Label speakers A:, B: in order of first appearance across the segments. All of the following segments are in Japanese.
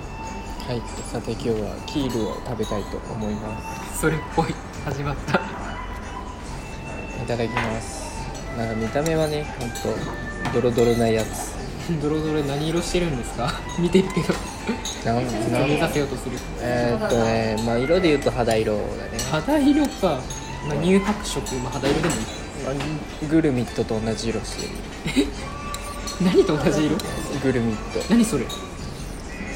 A: はいさて今日はキールを食べたいと思います
B: それっぽい始まった
A: いただきますなんか見た目はねほんとドロドロなやつ
B: ドロドロ何色してるんですか 見てるけど
A: なんなん
B: 目指せようとする
A: えーっとねまあ色で言うと肌色だね
B: 肌色か、まあ、乳白色、まあ、肌色でもいい
A: グルミットと同じ色してる
B: 何と同 じ色
A: グルミット
B: 何それ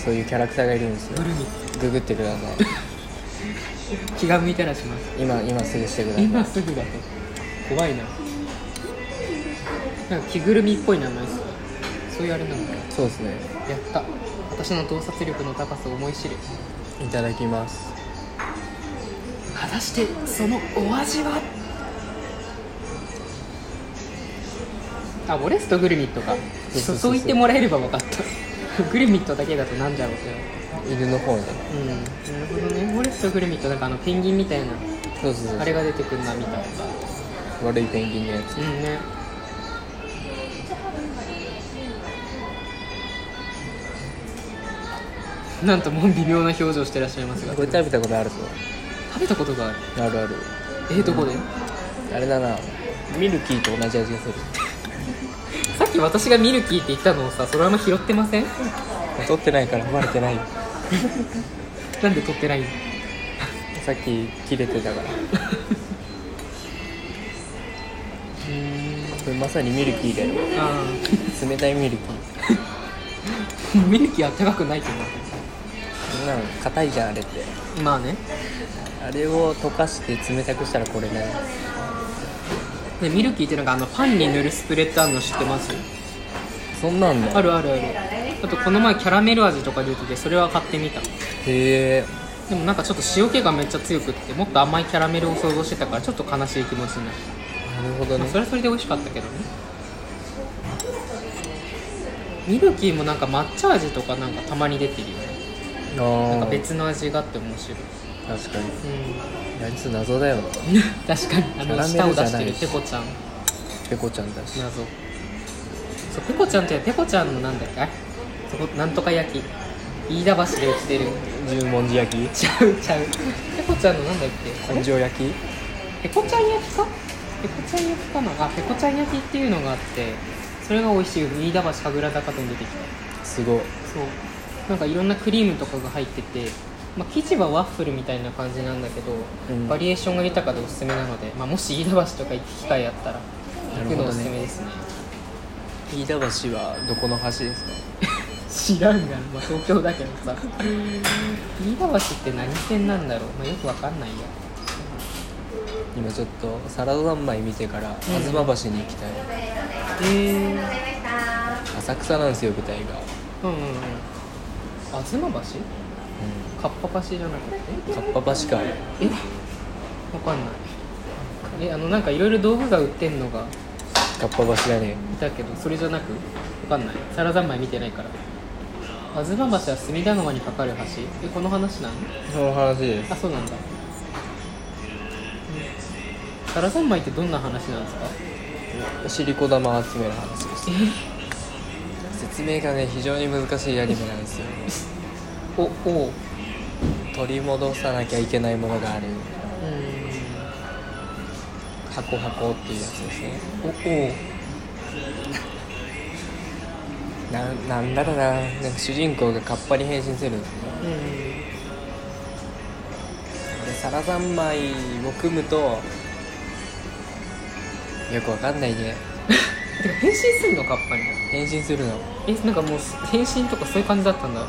A: そういうキャラクターがいるんです
B: ブ
A: よ
B: ルミ
A: ググってください
B: 気が向いたらします
A: 今今すぐしてください
B: 今すぐだと怖いななんか着ぐるみっぽい名前ですそういうあれなんだや
A: そうですね
B: った私の洞察力の高さを思い知れ
A: いただきます
B: 果たしてそのお味はあウォレストグルミットか
A: そうそうそう
B: そ
A: そう
B: う言ってもらえれば分かった グルミットだけだとなんじゃろうけ
A: 犬の方ね
B: どうんなるほどねウォレストグルミットなんかあのペンギンみたいな
A: そうそうそう
B: あれが出てくるなみたいな
A: 悪いペンギンのやつ
B: うんねなんともう微妙な表情してらっしゃいますが
A: これ食べたことあるぞ
B: 食べたことがある
A: あるある
B: えどこで、
A: あれだなミルキーと同じ味がする
B: さっき私がミルキーって言ったのをさそのまま拾ってません
A: 取ってないからバレてないよ
B: なんで撮ってないの
A: さっき切れてたからこれまさにミルキーだよ
B: あ
A: 冷たいミルキー
B: ーミルキーは高くないと思
A: そんなの硬いじゃんあれって
B: うまあね
A: あれを溶かして冷たくしたらこれね
B: でミルキーってなんかあのパンに塗るスプレッドあるの知ってます
A: そんなんだ
B: あるあるあるあとこの前キャラメル味とか出ててそれは買ってみた
A: へえ
B: でもなんかちょっと塩気がめっちゃ強くってもっと甘いキャラメルを想像してたからちょっと悲しい気持ちになった、
A: なるほど
B: まあ、
A: ね
B: それはそれで美味しかったけどねミルキーもなんか抹茶味とかなんかたまに出てるよね
A: あ
B: なんか
A: ー
B: 別の味があって面白い、
A: 確かに
B: うん
A: 何つ謎だよな
B: 確かにあ
A: キャラ
B: の
A: メ
B: 舌
A: ル
B: を
A: じ
B: 出
A: ゃ
B: し
A: な
B: て
A: い
B: る
A: し
B: ペコちゃん
A: ペコちゃんだし
B: 謎そうペコちゃんってペコちゃんのなんだっけあれそこなんとか焼き飯田橋で売ってる
A: 十文字焼き
B: ちゃうちゃうペコちゃんのなんだっけあ
A: 根
B: れ
A: 性焼き
B: ペコちゃん焼きかペコちゃん焼きかなあペコちゃん焼きっていうのがあってそれが美味しい飯田橋神楽坂店に出てきた
A: すごい
B: そうなんかいろんなクリームとかが入ってて、まあ、生地はワッフルみたいな感じなんだけど、
A: うん
B: バリエーションが豊かでおすすめなので、まあ、もし飯田橋とか行く機会あったら
A: なる
B: 行
A: ほどね
B: くのおすすめですね
A: 飯田橋はどこの橋ですか
B: 知らんがな、まあ、東京だけどさ飯田橋って何線なんだろう、まあ、よくわかんないや
A: 今ちょっとサラダ三昧見てから吾妻橋に行きたい、
B: へえうんうんうん
A: 浅草なんですよ舞台が、
B: 吾妻橋かっぱ橋じゃなくて
A: うん、かっぱ橋か
B: えわかんないえあのなんかいろいろ道具が売ってんのが
A: かっぱ橋だね
B: だけどそれじゃなくわかんない皿三昧見てないから吾妻橋は隅田川にかかる橋えこの話なの
A: その話です
B: あそうなんだ皿三昧ってどんな話なんですか
A: おしりこ玉集める話 です説明がね非常に難しいアニメなんですよ
B: おおう
A: 取り戻さなきゃいけないものがある
B: ー
A: 箱箱っていうやつですね
B: んおおう
A: ななんだろうななんか主人公がカッパに変身するんですよ
B: うん
A: でサラ三昧を組むとよくわかんないね
B: てか変身するのかっぱに
A: 変身するの
B: えなんかもう変身とかそういう感じだったんだろう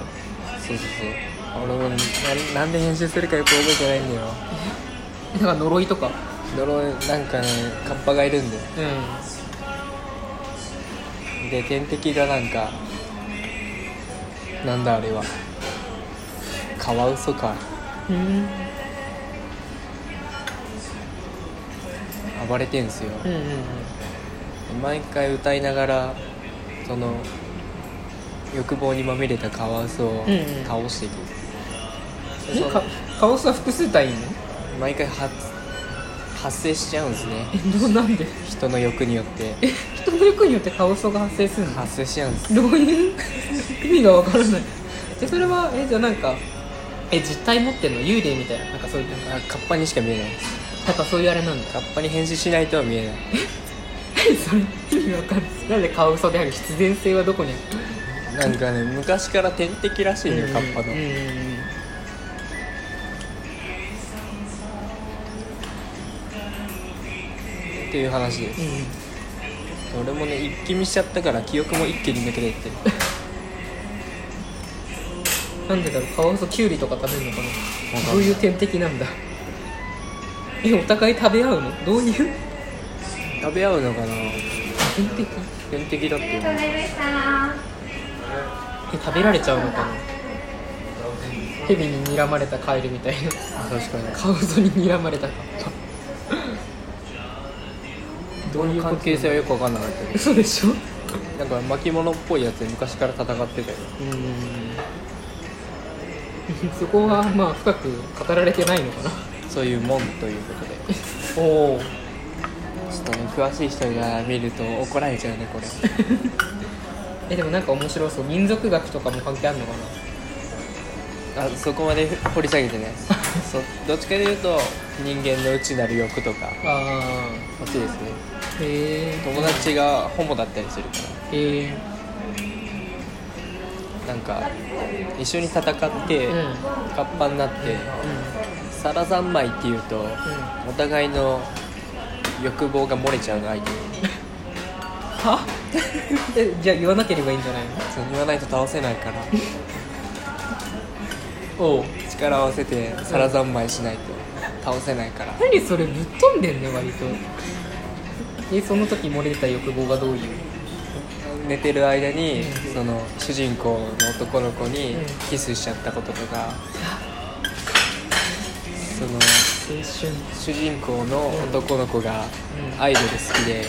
A: そうそうそう俺もななんで編集するかよく覚えてないんだよ
B: えなんか呪いとか
A: 泥なんかねカッパがいるんだよ
B: う
A: で天敵がなんかなんだあれはカワウソか
B: んうん
A: 暴れてんすよ
B: うんうん
A: 毎回歌いながらその欲望にまみれたカワウソを
B: うんうん
A: 倒していく、で
B: うん
A: そ
B: え
A: の
B: か顔さ複数体いいの
A: 毎回発発生しちゃうんですね
B: えどうなんで
A: 人の欲によって
B: え人の欲によってカオソが発生するの
A: 発生しちゃうんです
B: どういう意味がわからないでそれはえじゃあなんかえ実体持ってんの幽霊みたいななんかそういうなんか
A: あカッパにしか見えないです
B: なんかそういうあれなんだ
A: カッパに変身しないとは見えない
B: それ意味わかんないなんでカワウソである必然性はどこにある
A: なんかね昔から天敵らしいよカッパの
B: うんうんうんうん
A: っていう話です俺もね一気見しちゃったから記憶も一気に抜けていってる
B: うんなんでだろうカワウソキュウリとか食べるのか
A: かんな
B: ないどういう天敵なんだえお互い食べ合うのどういう
A: 食べ合うのかな
B: 天敵
A: 天敵だっていうの
B: え食べられちゃうのかな蛇に睨まれたカエルみたいな
A: 確かに
B: カワウソに睨まれたカッパ
A: どういう関係性はよく分かんなかったけ
B: 嘘でしょう
A: どなんか巻物っぽいやつで昔から戦ってたよ
B: んそこはまあ深く語られてないのかな
A: そういうもんということで
B: おお
A: ちょっとね詳しい人が見ると怒られちゃうねこれ
B: えでもなんか面白そう民族学とかも関係あるのか
A: あそこまで掘り下げてねそどっちかで言うと人間の内なる欲とか
B: なあ
A: 欲しいですね
B: ーへえ
A: 友達がホモだったりするか
B: へえ
A: らなんか一緒に戦って、
B: うんうんうん
A: カッパになってサラ三昧っていうとお互いの欲望が漏れちゃうの相手に
B: は えじゃあ言わなければいいんじゃないの
A: そう言わないと倒せないから
B: おお
A: 力を合わせてサラ三昧しないと倒せないから
B: 何それぶっ飛んでんね割とえその時漏れた欲望がどういう
A: 寝てる間に
B: うん
A: その主人公の男の子に
B: うん
A: キスしちゃったこととかその
B: 青春
A: 主人公の男の子が
B: うん
A: アイドル好きで
B: う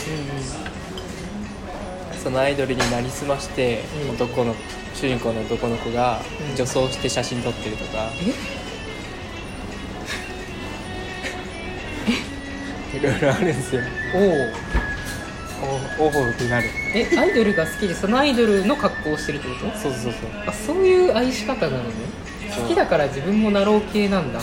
A: そのアイドルになりすまして
B: うん
A: 男の主人公の男の子が
B: うん
A: 女装して写真撮ってるとか
B: んうんえ
A: いろいろあるんですよ
B: おお
A: おおほってなる
B: えアイドルが好きでそのアイドルの格好をしてるってこと
A: そうそうそう
B: あそういう愛し方なのね
A: そう
B: 好きだから自分もなろう系なんだ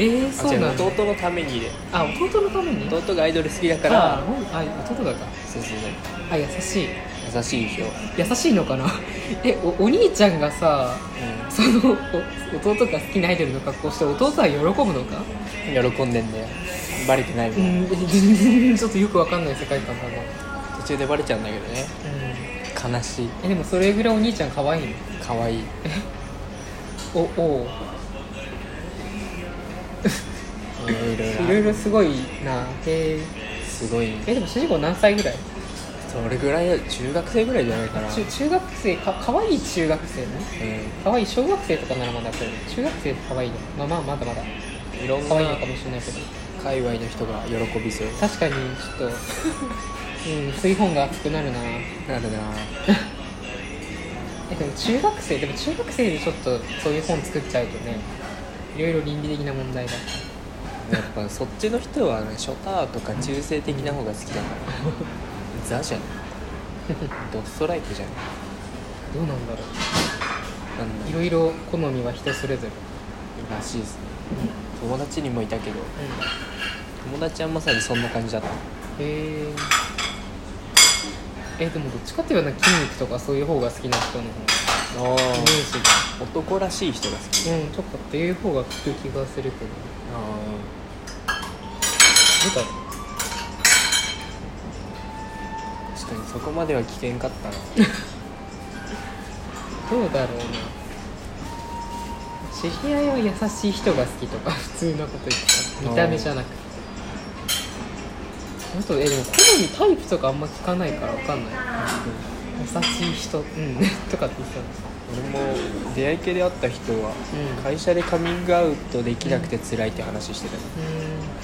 B: えー、
A: あ
B: そ
A: 違
B: う
A: う
B: なんだ
A: 弟のためにで
B: あ弟のために
A: 弟がアイドル好きだか
B: あ
A: ら
B: あ弟だか
A: そうそうそ
B: あ優しいう
A: 優しいでしょ、
B: 優しいのかな えおお兄ちゃんがさそのお弟が好きなアイドルの格好して弟は喜ぶのか
A: うん、喜んでんだよバレてないも
B: うんんちょっとよくわかんない世界観だな、うん、
A: 途中でバレちゃうんだけどね悲しい
B: えでもそれぐらいお兄ちゃん可愛いの
A: 可愛い
B: おおう
A: うんいろいろあ
B: い
A: る
B: ろいろすごいなへえ
A: すごいね
B: えでも主人公何歳ぐらい
A: それぐらいだ中学生ぐらいじゃないかな
B: 中中学生か可愛い中学生ね
A: う
B: 可愛い小学生とかならまだけど中学生って可愛いのまあまあまだまだ
A: ん、いろん
B: 可
A: な
B: 愛いのかもしれないけど
A: 界隈の人が喜びそう
B: 確かにちょっとうん水本が熱くなるな
A: なるな
B: えでも中学生でも中学生でちょっとそういう本作っちゃうとねいろいろ倫理的な問題が
A: やっぱそっちの人はねショターとか中性的な方が好き だからザじゃんドストライクじゃん
B: どうなんだろ
A: なん
B: う
A: だ
B: い
A: ろ
B: ろいろ好みは人それぞれ、
A: うらしいですね友達にもいたけど
B: う
A: 友達はまさにそんな感じだった
B: ん、へええでもどっちかっていうと筋肉とかそういう方が好きな人の方が
A: あ
B: イメー
A: 男らしい人が好き
B: ジがうんとかっていう方が聞く気がするけど
A: あ
B: 出た
A: 確かにそこまでは危険かったな
B: どうだろうな知り合いは優しい人が好きとか 普通のこと言ってた見た目じゃなくてあとえでも好みタイプとかあんま聞かないからわかんない優しい人、うん、 とかって言ってたんです
A: 俺も出会い系で会った人は
B: うん
A: 会社でカミングアウトできなくて辛いって話してたよ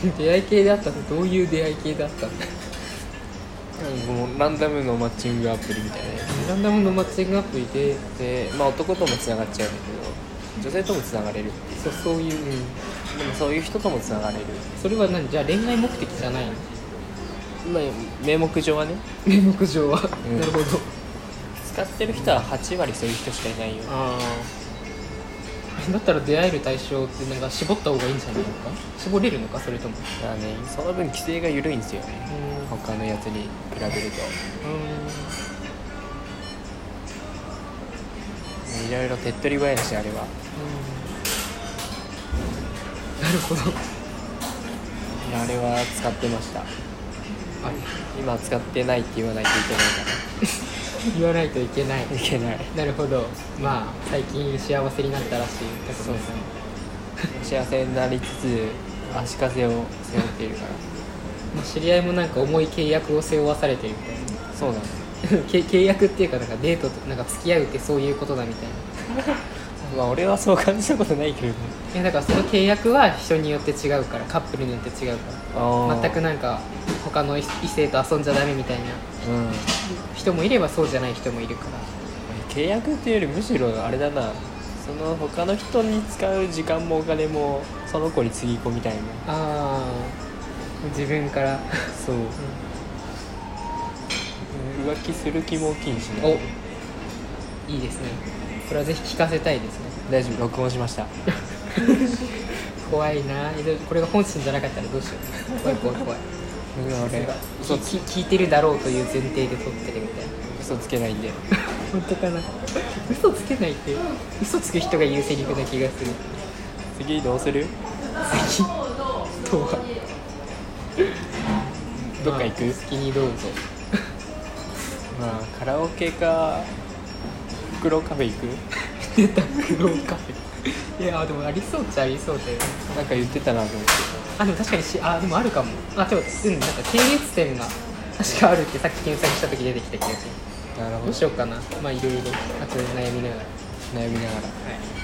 B: うん出会い系だったってどういう出会い系だったんだ
A: もうランダムのマッチングアプリみたいなや
B: ランダムのマッチングアプリで
A: つで、まあ、男ともつながっちゃうんだけど女性ともつながれるってい
B: そうそういう、うん、
A: うでもそういう人ともつながれる、
B: それは何じゃあ恋愛目的じゃないの
A: まあ、名目上はね
B: 名目上は、
A: うん
B: なるほど
A: 使ってる人は8割そういう人しかいないよ
B: ああだったら出会える対象ってなんか絞った方がいいんじゃないのか絞れるのかそれとも
A: だからねその分規制が緩いんですよ
B: う
A: ね
B: ん
A: 他のやつに比べるといろいろ手っ取り早いしあれは
B: なるほど
A: あれは使ってました
B: あ
A: 今使ってないって言わないとい
B: 言わないといけない
A: けないからいけない
B: なるほどまあ最近幸せになったらしいってことですね
A: 幸せになりつつ足かせを背負っているか
B: まあ知り合いもなんか重い契約を背負わされてるみたいな
A: らそうなんです
B: け契約っていうかなんかデートとなんか付き合うってそういうことだみたいな
A: まあ俺はそう感じたことないけどね
B: いやだからその契約は人によって違うからカップルによって違うから全く
A: な
B: なんか他の異性と遊んじゃダメみたいな
A: うん
B: 人もいればそうじゃない人もいるから
A: 契約っていうよりむしろあれだなその他の人に使う時間もお金もその子につぎ込みたいな
B: ああ自分から、
A: そう浮気する気も禁止
B: お
A: ね
B: いいですねこれはぜひ聞かせたいですね
A: 大丈夫録音しました
B: 怖いなぁいろいろこれが本心じゃなかったらどうしよう 怖い怖い怖い
A: 俺
B: 嘘
A: 嘘つ
B: 聞聞いてるだろうという前提で撮ってるみたいな
A: 嘘つけないんで
B: 本当かな嘘つけないって嘘つく人が言うセリフな気がする
A: 次どうする
B: 次とは
A: どっか行く
B: まあ好きにどうぞ
A: まあカラオケか袋カフェ行く
B: 出たクローカフェいやでもありそうっちゃありそうだよね
A: なんか言ってたなと思って
B: あでも確かにしあでもあるかもあでもうんなんか系列店が確かあるってさっき検索した時出てきた気がする
A: なる
B: どうしようかなまあいろいろあとで悩みながらは
A: 悩みながら
B: い